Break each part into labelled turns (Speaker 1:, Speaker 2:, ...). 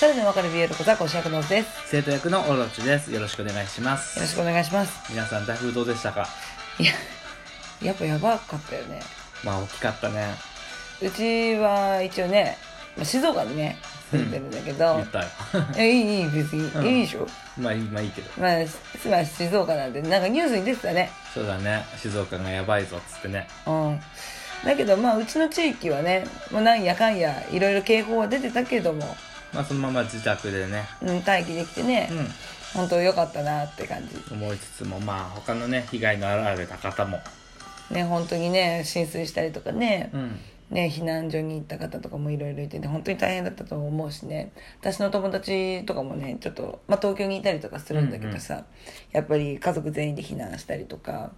Speaker 1: 猿のわかる BL 講座講師役のオズですよ
Speaker 2: 生徒役のオロチですよろしくお願いします
Speaker 1: ろしくお願いします
Speaker 2: 皆さん台風どうでしたか
Speaker 1: いややっぱやばかったよね
Speaker 2: まあ大きかったね
Speaker 1: うちは一応ねまあ静岡にね住んでるんだけど、
Speaker 2: 言ったよ
Speaker 1: えいいいい別に、
Speaker 2: うん
Speaker 1: いいでしょ
Speaker 2: まあいいまあいいけど
Speaker 1: まあ妻は静岡なんでなんかニュースに出てたね
Speaker 2: そうだね静岡がやばいぞっつってね
Speaker 1: うんだけどまあうちの地域はねもうなんやかんやいろいろ警報は出てたけども、
Speaker 2: まあそのまま自宅でね
Speaker 1: うん、待機できてね、
Speaker 2: う
Speaker 1: 本当良かったなって感じ
Speaker 2: ん思いつつもまあ他のね被害のあられた方も
Speaker 1: ね本当にね浸水したりとかね、
Speaker 2: うん
Speaker 1: ね、避難所に行った方とかもいろいろいてね本当に大変だったと思うしね私の友達とかもねちょっと、まあ、東京にいたりとかするんだけどさ、やっぱり家族全員で避難したりとか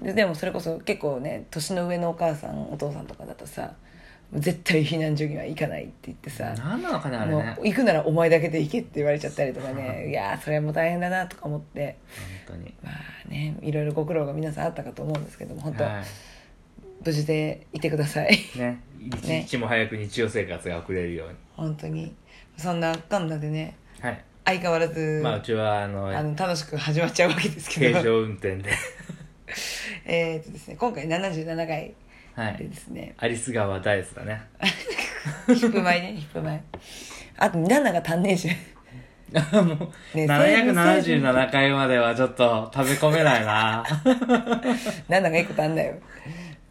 Speaker 1: ででもそれこそ結構ね年の上のお母さんお父さんとかだとさ絶対避難所には行かないって言ってさ
Speaker 2: 何なのかねあれ
Speaker 1: もう
Speaker 2: ね
Speaker 1: 行くならお前だけで行けって言われちゃったりとかねいやーそれも大変だなとか思って
Speaker 2: 本当に
Speaker 1: まあねいろいろご苦労が皆さんあったかと思うんですけども本当、
Speaker 2: は
Speaker 1: 無事でいてください。
Speaker 2: いね一日も早く日常生活が送れるように
Speaker 1: 本当にそんなかんだでね
Speaker 2: はい
Speaker 1: 相変わらず、
Speaker 2: まあうちはあ
Speaker 1: あ
Speaker 2: の
Speaker 1: の楽しく始まっちゃうわけですけ
Speaker 2: 軽
Speaker 1: ど
Speaker 2: 乗運転で
Speaker 1: えーとですね今回77回
Speaker 2: は
Speaker 1: で
Speaker 2: い
Speaker 1: ですね
Speaker 2: 有栖川大スだね
Speaker 1: ヒップ前 ねヒップ前あと7が足んねえ じゃん
Speaker 2: もう、
Speaker 1: ね
Speaker 2: 777回まではちょっと食べ込めないな
Speaker 1: 7が1個足んだよ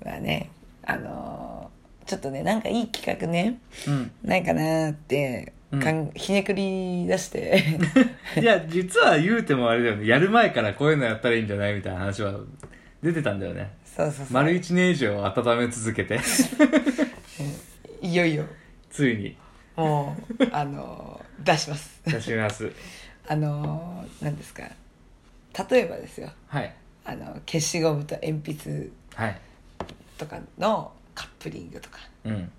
Speaker 1: まあねあのーちょっとねなんかいい企画ね
Speaker 2: うん
Speaker 1: ないかなーってかん、ひねくり出して
Speaker 2: いや実は言うてもあれだよねやる前からこういうのやったらいいんじゃないみたいな話は出てたんだよね
Speaker 1: そうそうそう、
Speaker 2: 丸一年以上温め続けて
Speaker 1: いよいよ
Speaker 2: ついに
Speaker 1: もうあのー出します
Speaker 2: 出します
Speaker 1: あのー何ですか例えばですよ
Speaker 2: はい
Speaker 1: あの消しゴムと鉛筆
Speaker 2: はい
Speaker 1: とかのカップリングとか
Speaker 2: うん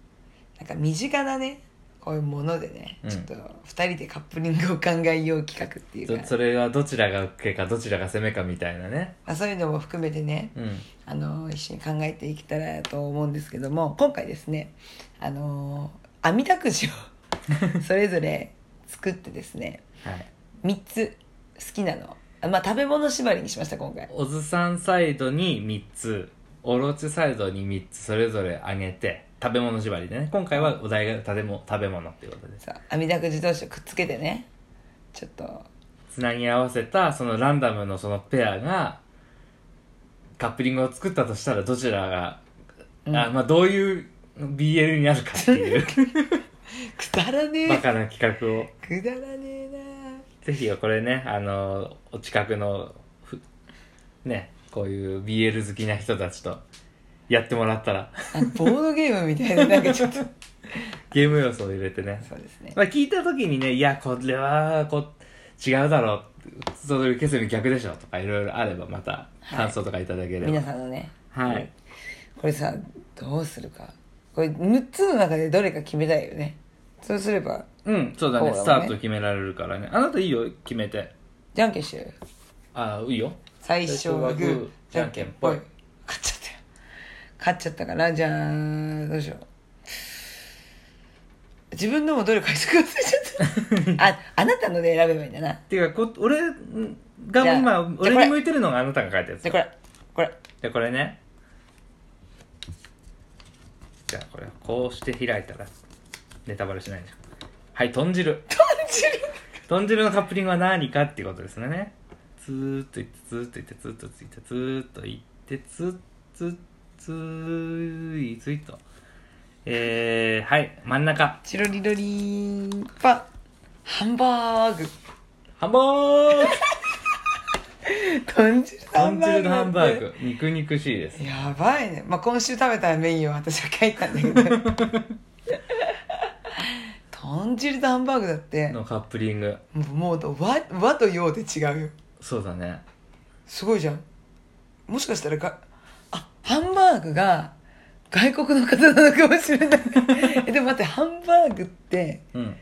Speaker 1: なんか身近なねこういうものでね、
Speaker 2: うん
Speaker 1: ちょっと2人でカップリングを考えよう企画っていう
Speaker 2: そ
Speaker 1: か
Speaker 2: それはどちらが受けかどちらが攻めかみたいなね
Speaker 1: まあ、そういうのも含めてね
Speaker 2: うん
Speaker 1: あの一緒に考えていけたらと思うんですけども今回ですねあの網だくじを それぞれ作ってですね
Speaker 2: はい
Speaker 1: 3つ好きなのあまあ食べ物縛りにしました今回
Speaker 2: おずさんサイドに3つおろちサイドに3つそれぞれあげて食べ物縛りでね今回はお題が食べも食べ物っていうことで
Speaker 1: さあ網だくじ同士をくっつけてねちょっと
Speaker 2: つなぎ合わせたそのランダムのそのペアがカップリングを作ったとしたらどちらが、
Speaker 1: うん
Speaker 2: あまあ、どういう BL になるかってい う
Speaker 1: くだらねえ
Speaker 2: バカな企画を
Speaker 1: くだらねえな
Speaker 2: ぜひこれねあのお近くのふねこういう BL 好きな人たちとやってもらったら
Speaker 1: あボードゲームみたいななんかちょっと
Speaker 2: ゲーム要素を入れてね、
Speaker 1: そうですね
Speaker 2: まあ、聞いた時にねいやこれはこ違うだろうそういう結論逆でしょとかいろいろあればまた感想とかいただければ、
Speaker 1: 皆さんのね
Speaker 2: はい
Speaker 1: これさどうするかこれ6つの中でどれか決めたいよねそうすれば
Speaker 2: うん、そうだね。
Speaker 1: こう
Speaker 2: ス
Speaker 1: だ
Speaker 2: タ
Speaker 1: もんね
Speaker 2: ート決められるからね。あなたいいよ、決めて。
Speaker 1: じゃんけんしようよ
Speaker 2: あいいよ。
Speaker 1: 最初はグ
Speaker 2: 最初はグ
Speaker 1: ー
Speaker 2: ー
Speaker 1: じゃんけんぽい
Speaker 2: じゃんけんぽ
Speaker 1: 勝っちゃったよ勝っちゃったからじゃあどうしよう自分のもどれか一緒に忘 れちゃったああなたので選べばいいんだな
Speaker 2: ていうか、こ俺
Speaker 1: じゃ
Speaker 2: が
Speaker 1: あじ
Speaker 2: 今
Speaker 1: ゃあ、これ
Speaker 2: 俺に向いてるのがあなたが書いたやつ。
Speaker 1: じゃあこれこれ
Speaker 2: で、これね。じゃあ、これ、こうして開いたら、ネタバレしないじゃん。はい、豚汁。
Speaker 1: 豚汁
Speaker 2: 豚汁のカップリングは何かっていうことですね。つーっといって、つーっといって、つーっとついて、つーっといって、つーっつつーいついっと。えー、はい、真ん中。
Speaker 1: チロリロリーンパンハンバーグ
Speaker 2: ハンバーグ
Speaker 1: 豚汁ハン
Speaker 2: 豚
Speaker 1: バーグ
Speaker 2: 汁のハンバーグ肉肉しいです
Speaker 1: やばいね、まあ、今週食べたメインを私は書いたんだけど豚汁とハンバーグだって
Speaker 2: のカップリング
Speaker 1: もう和和と洋で違うよ
Speaker 2: そうだね
Speaker 1: すごいじゃんもしかしたらがあハンバーグが外国の方なのかもしれないえでも待ってハンバーグって
Speaker 2: うん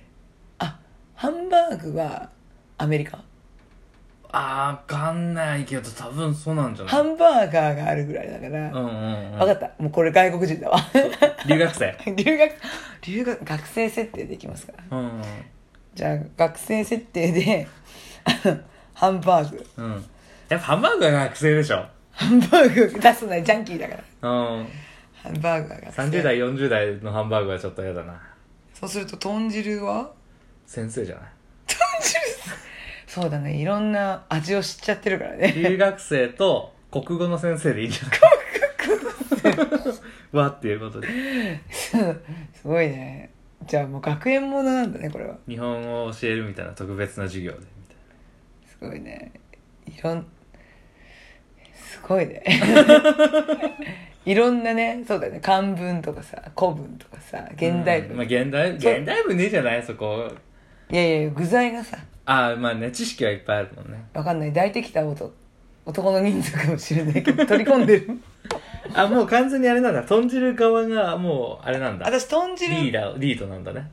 Speaker 1: あハンバーグはアメリカ
Speaker 2: あーわかんないけど多分そうなんじゃな
Speaker 1: ハ
Speaker 2: い
Speaker 1: ンバーガーがあるぐらいだから、
Speaker 2: うんうんう
Speaker 1: 分
Speaker 2: ん
Speaker 1: かったもうこれ外国人だわ
Speaker 2: 留学生
Speaker 1: 留学留学学生設定できますから
Speaker 2: うんうん
Speaker 1: じじゃあ学生設定であのハンバーグ
Speaker 2: うん。やっぱハンバーグが学生でしょ。
Speaker 1: ハンバーグ出すのはジャンキーだから
Speaker 2: うん。
Speaker 1: ハンバーグが学生
Speaker 2: 30代、40代のハンバーグはちょっと嫌だな。
Speaker 1: そうすると豚汁は
Speaker 2: 先生じゃない。
Speaker 1: 豚汁そうだねいろんな味を知っちゃってるからね
Speaker 2: 留学生と国語の先生でいいんじゃない わっていうことで。
Speaker 1: そう すごいねじゃあもう学園ものなんだねこれは
Speaker 2: 日本語を教えるみたいな特別な授業で。みたい
Speaker 1: すごいねいろんすごい ねいろんなねそうだね漢文とかさ古文とかさ
Speaker 2: な
Speaker 1: 現代文、
Speaker 2: うんまあ現代、
Speaker 1: そう
Speaker 2: 現代文ねえじゃないそこ。
Speaker 1: いやいや具材がさ
Speaker 2: ああ、まあね、知識はいっぱいあるもんね。
Speaker 1: わかんない抱いてきた男男の人数かもしれないけど取り込んでる
Speaker 2: あ、もう完全にあれなんだ。豚汁側がもう、あれなんだ。
Speaker 1: 私豚汁
Speaker 2: リーダー、リードなんだね。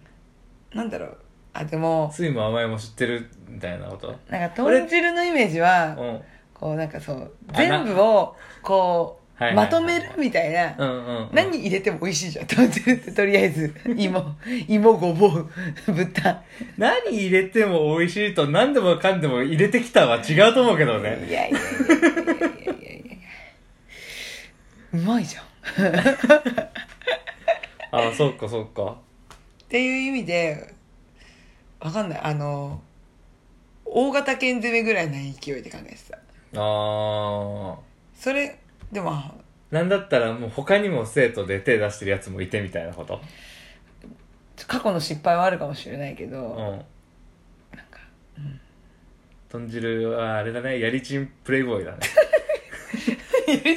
Speaker 1: なんだろうあでも
Speaker 2: 酸いも甘いも知ってるみたいなこと。
Speaker 1: なんか豚汁のイメージは
Speaker 2: うん。
Speaker 1: こうなんかそう
Speaker 2: あ
Speaker 1: 全部をこう
Speaker 2: はいはいはい
Speaker 1: まとめるみたいな、
Speaker 2: うんうんうん。
Speaker 1: 何入れても美味しいじゃん豚汁ってとりあえず芋芋ごぼう豚
Speaker 2: 何入れても美味しいと何でもかんでも入れてきたは違うと思うけどね。
Speaker 1: いやいやいやいやいやいやいやうまいじゃんっ
Speaker 2: ああ、そっかそっか。
Speaker 1: ていう意味でわかんないあの大型犬攻めぐらいの勢いで考えてた
Speaker 2: ああ。
Speaker 1: それでも
Speaker 2: なんだったらもう他にも生徒で手出してるやつもいてみたいなこと。
Speaker 1: 過去の失敗はあるかもしれないけど、
Speaker 2: うん。
Speaker 1: なんか
Speaker 2: 豚汁はあれだね、やりちんプレイボー イだね。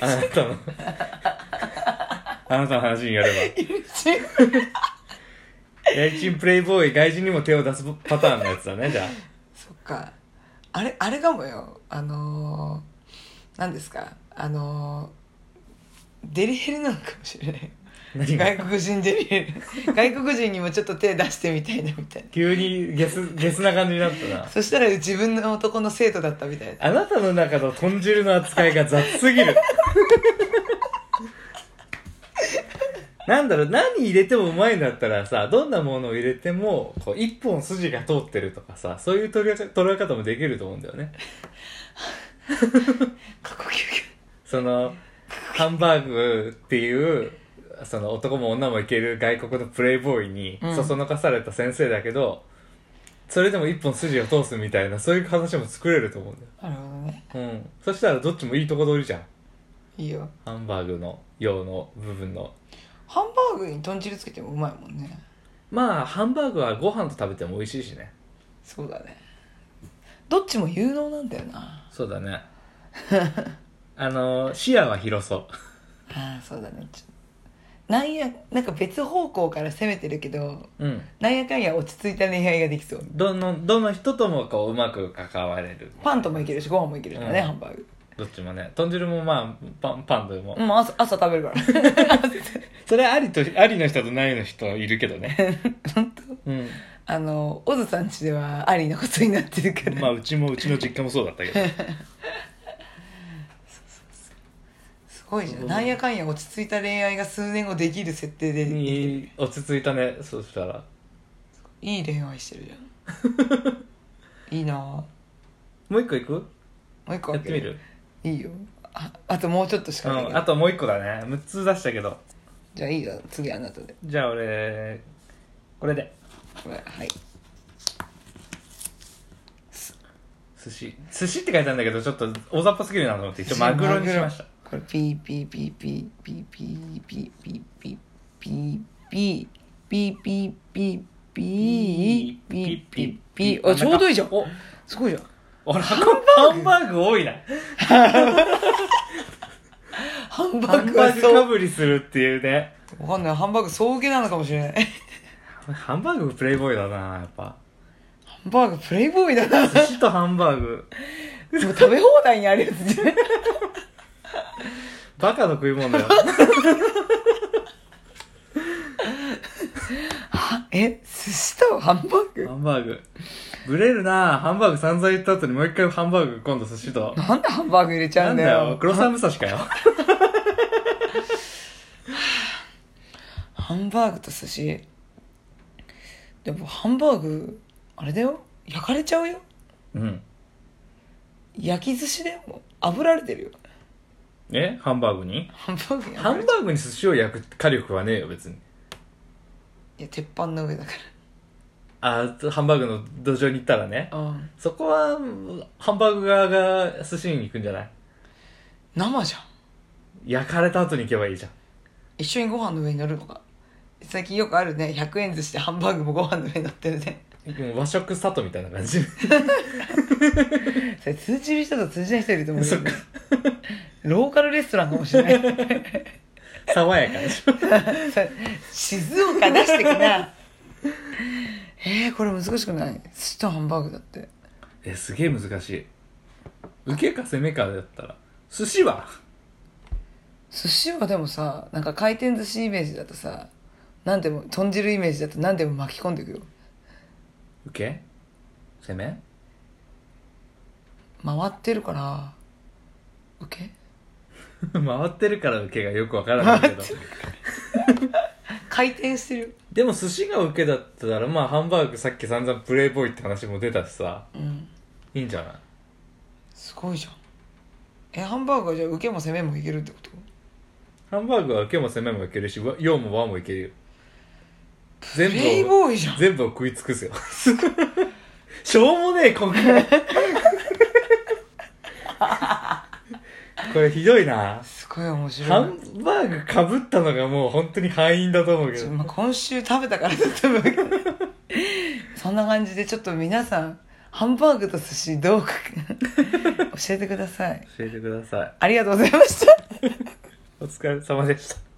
Speaker 2: あなたの、あなたの話によれば。やりちんプレイボーイ、外人にも手を出すパターンのやつだね、じゃあ。
Speaker 1: そっかあれあれかもよあのー、何ですかあのー、デリヘルなのかもしれない
Speaker 2: 何が
Speaker 1: 外国人デリヘル外国人にもちょっと手出してみたいなみたい
Speaker 2: 急にゲス、ゲスな感じになったな
Speaker 1: な。そしたら自分の男の生徒だったみたいな
Speaker 2: あなたの中の豚汁の扱いが雑すぎる。なんだろう、何入れてもうまいんだったらさ、どんなものを入れても、こう、一本筋が通ってるとかさ、そういう捉え捉え方もできると思うんだよね。
Speaker 1: 過呼吸
Speaker 2: その、ハンバーグっていう、その男も女もいける外国のプレイボーイに、
Speaker 1: うん
Speaker 2: そそのかされた先生だけど、それでも一本筋を通すみたいな、そういう話も作れると思うんだよ。
Speaker 1: なるほどね
Speaker 2: うん。そしたらどっちもいいとこ取りじゃん。
Speaker 1: いいよ
Speaker 2: ハンバーグの用の部分の。
Speaker 1: ハンバーグに豚汁つけてもうまいもんね
Speaker 2: まあ、ハンバーグはご飯と食べても美味しいしね。
Speaker 1: そうだねどっちも有能なんだよな
Speaker 2: そうだ ね。あの、視野は広そう。
Speaker 1: ああそうだねちょなんやなんか別方向から攻めてるけど
Speaker 2: うん。
Speaker 1: なんやかんや落ち着いた恋愛ができそう
Speaker 2: どの、どの人ともこう、うまく関われる。
Speaker 1: パンともいけるしご飯もいけるからね、
Speaker 2: うん
Speaker 1: ハンバーグ
Speaker 2: どっちもね。豚汁もまあ、パン、パンでも。
Speaker 1: もう朝朝食べるから
Speaker 2: それありと、ありの人とないの人いるけどね。 本当うん。
Speaker 1: あのオズさん家ではありのことになってるから、
Speaker 2: まあ、うちも、うちの実家もそうだった けど。
Speaker 1: すごいじゃんなんやかんや落ち着いた恋愛が数年後できる設定で、
Speaker 2: いい落ち着いたね、そうしたら。
Speaker 1: いい恋愛してるじゃんいいなぁも
Speaker 2: もう一個いく
Speaker 1: う一個開
Speaker 2: やっ
Speaker 1: け
Speaker 2: てみる
Speaker 1: いいよああともうちょっとし
Speaker 2: う
Speaker 1: かないけ
Speaker 2: ん。
Speaker 1: ど
Speaker 2: あともう一個だね。6つ出したけど。
Speaker 1: じゃあいいよ次あなたで
Speaker 2: じゃあ俺、これで。
Speaker 1: これはい
Speaker 2: 寿司。寿司って書いてあるんだけど、ちょっと大雑把すぎるなと思って、一応マグロにしました。
Speaker 1: これピーピーピーピーピーピーピーピーピーピーピーピーピーピーピーピーピーピーあちょうどいいじゃんおすごいじゃん
Speaker 2: 俺、ハンバーグ多 いな。
Speaker 1: ハン
Speaker 2: ハ
Speaker 1: バー
Speaker 2: ン
Speaker 1: グは
Speaker 2: バーグ
Speaker 1: そ
Speaker 2: か
Speaker 1: う
Speaker 2: ぶりするっていうね。
Speaker 1: わかんないハンバーグ総受けなのかもしれない
Speaker 2: ハンバーグプレイボーイだな、やっぱ。
Speaker 1: ハンバーグプレイボーイだな
Speaker 2: 寿司とハンバーグ。
Speaker 1: でも食べ放題にあるやつじゃん
Speaker 2: バカの食い物 だよ。
Speaker 1: あえ寿司とハンバーグ
Speaker 2: ハンバーグ。ブレるなハンバーグ散々言った後にもう一回ハンバーグ、今度寿司と。
Speaker 1: なんでハンバーグ入れちゃ
Speaker 2: な
Speaker 1: うんんだ
Speaker 2: だよ
Speaker 1: よ、
Speaker 2: 黒沢武蔵かよ。
Speaker 1: ハンバーグと寿司でもハンバーグあれだよ焼かれちゃうよ
Speaker 2: うん
Speaker 1: 焼き寿司だよもう炙られてるよ
Speaker 2: えハンバーグに
Speaker 1: ハンバーグや
Speaker 2: ハンバーグに寿司を焼く火力はねえよ別に
Speaker 1: いや鉄板の上だか
Speaker 2: あハンバーグの土壌に行ったらね
Speaker 1: らうん
Speaker 2: そこはハンバーグ側が寿司に行くんじゃない
Speaker 1: 生じゃん
Speaker 2: 焼かれた後に行けばいいじゃん
Speaker 1: 一緒にご飯の上に乗るのが最近よくあるね100円寿司でハンバーグもご飯の上に乗ってるね
Speaker 2: もう和食里みたいな感じ
Speaker 1: それ通じる人と通じない人いると思うよ、ね、ローカルレストランかもしれない
Speaker 2: 爽やかでしょ
Speaker 1: それ 静岡出してくなえー、これ難しくない寿司とハンバーグだって
Speaker 2: えすげえ難しい受けか攻めかだったら寿司は
Speaker 1: 寿司はでもさなんか回転寿司イメージだとさ何でも豚汁イメージだと何でも巻き込んでいくよ
Speaker 2: 受け攻め
Speaker 1: 回ってるから受け
Speaker 2: 回ってるから受けがよくわからないけど
Speaker 1: 回転してる
Speaker 2: でも寿司が受けだったらまあハンバーグさっき散々プレイボーイって話も出たしさ
Speaker 1: うん
Speaker 2: いいんじゃない
Speaker 1: すごいじゃんえハンバーグはじゃあ受けも攻めもいけるってこと
Speaker 2: ハンバーグは受けも攻めもいけるしわ陽も和もいけるよ全
Speaker 1: プレイ
Speaker 2: 部を
Speaker 1: ボーイじゃん
Speaker 2: 全部を食い尽くすよ しょうもねえ今回 これひどいな
Speaker 1: すごい面白い
Speaker 2: ハンバーグかぶったのがもう本当に敗因だと思うけ
Speaker 1: ちょ
Speaker 2: ど
Speaker 1: まあ今週食べたからずっと分 かんないそんな感じでちょっと皆さんハンバーグと寿司どうか 教えてください
Speaker 2: 教えてください
Speaker 1: ありがとうございました
Speaker 2: お疲れ様でした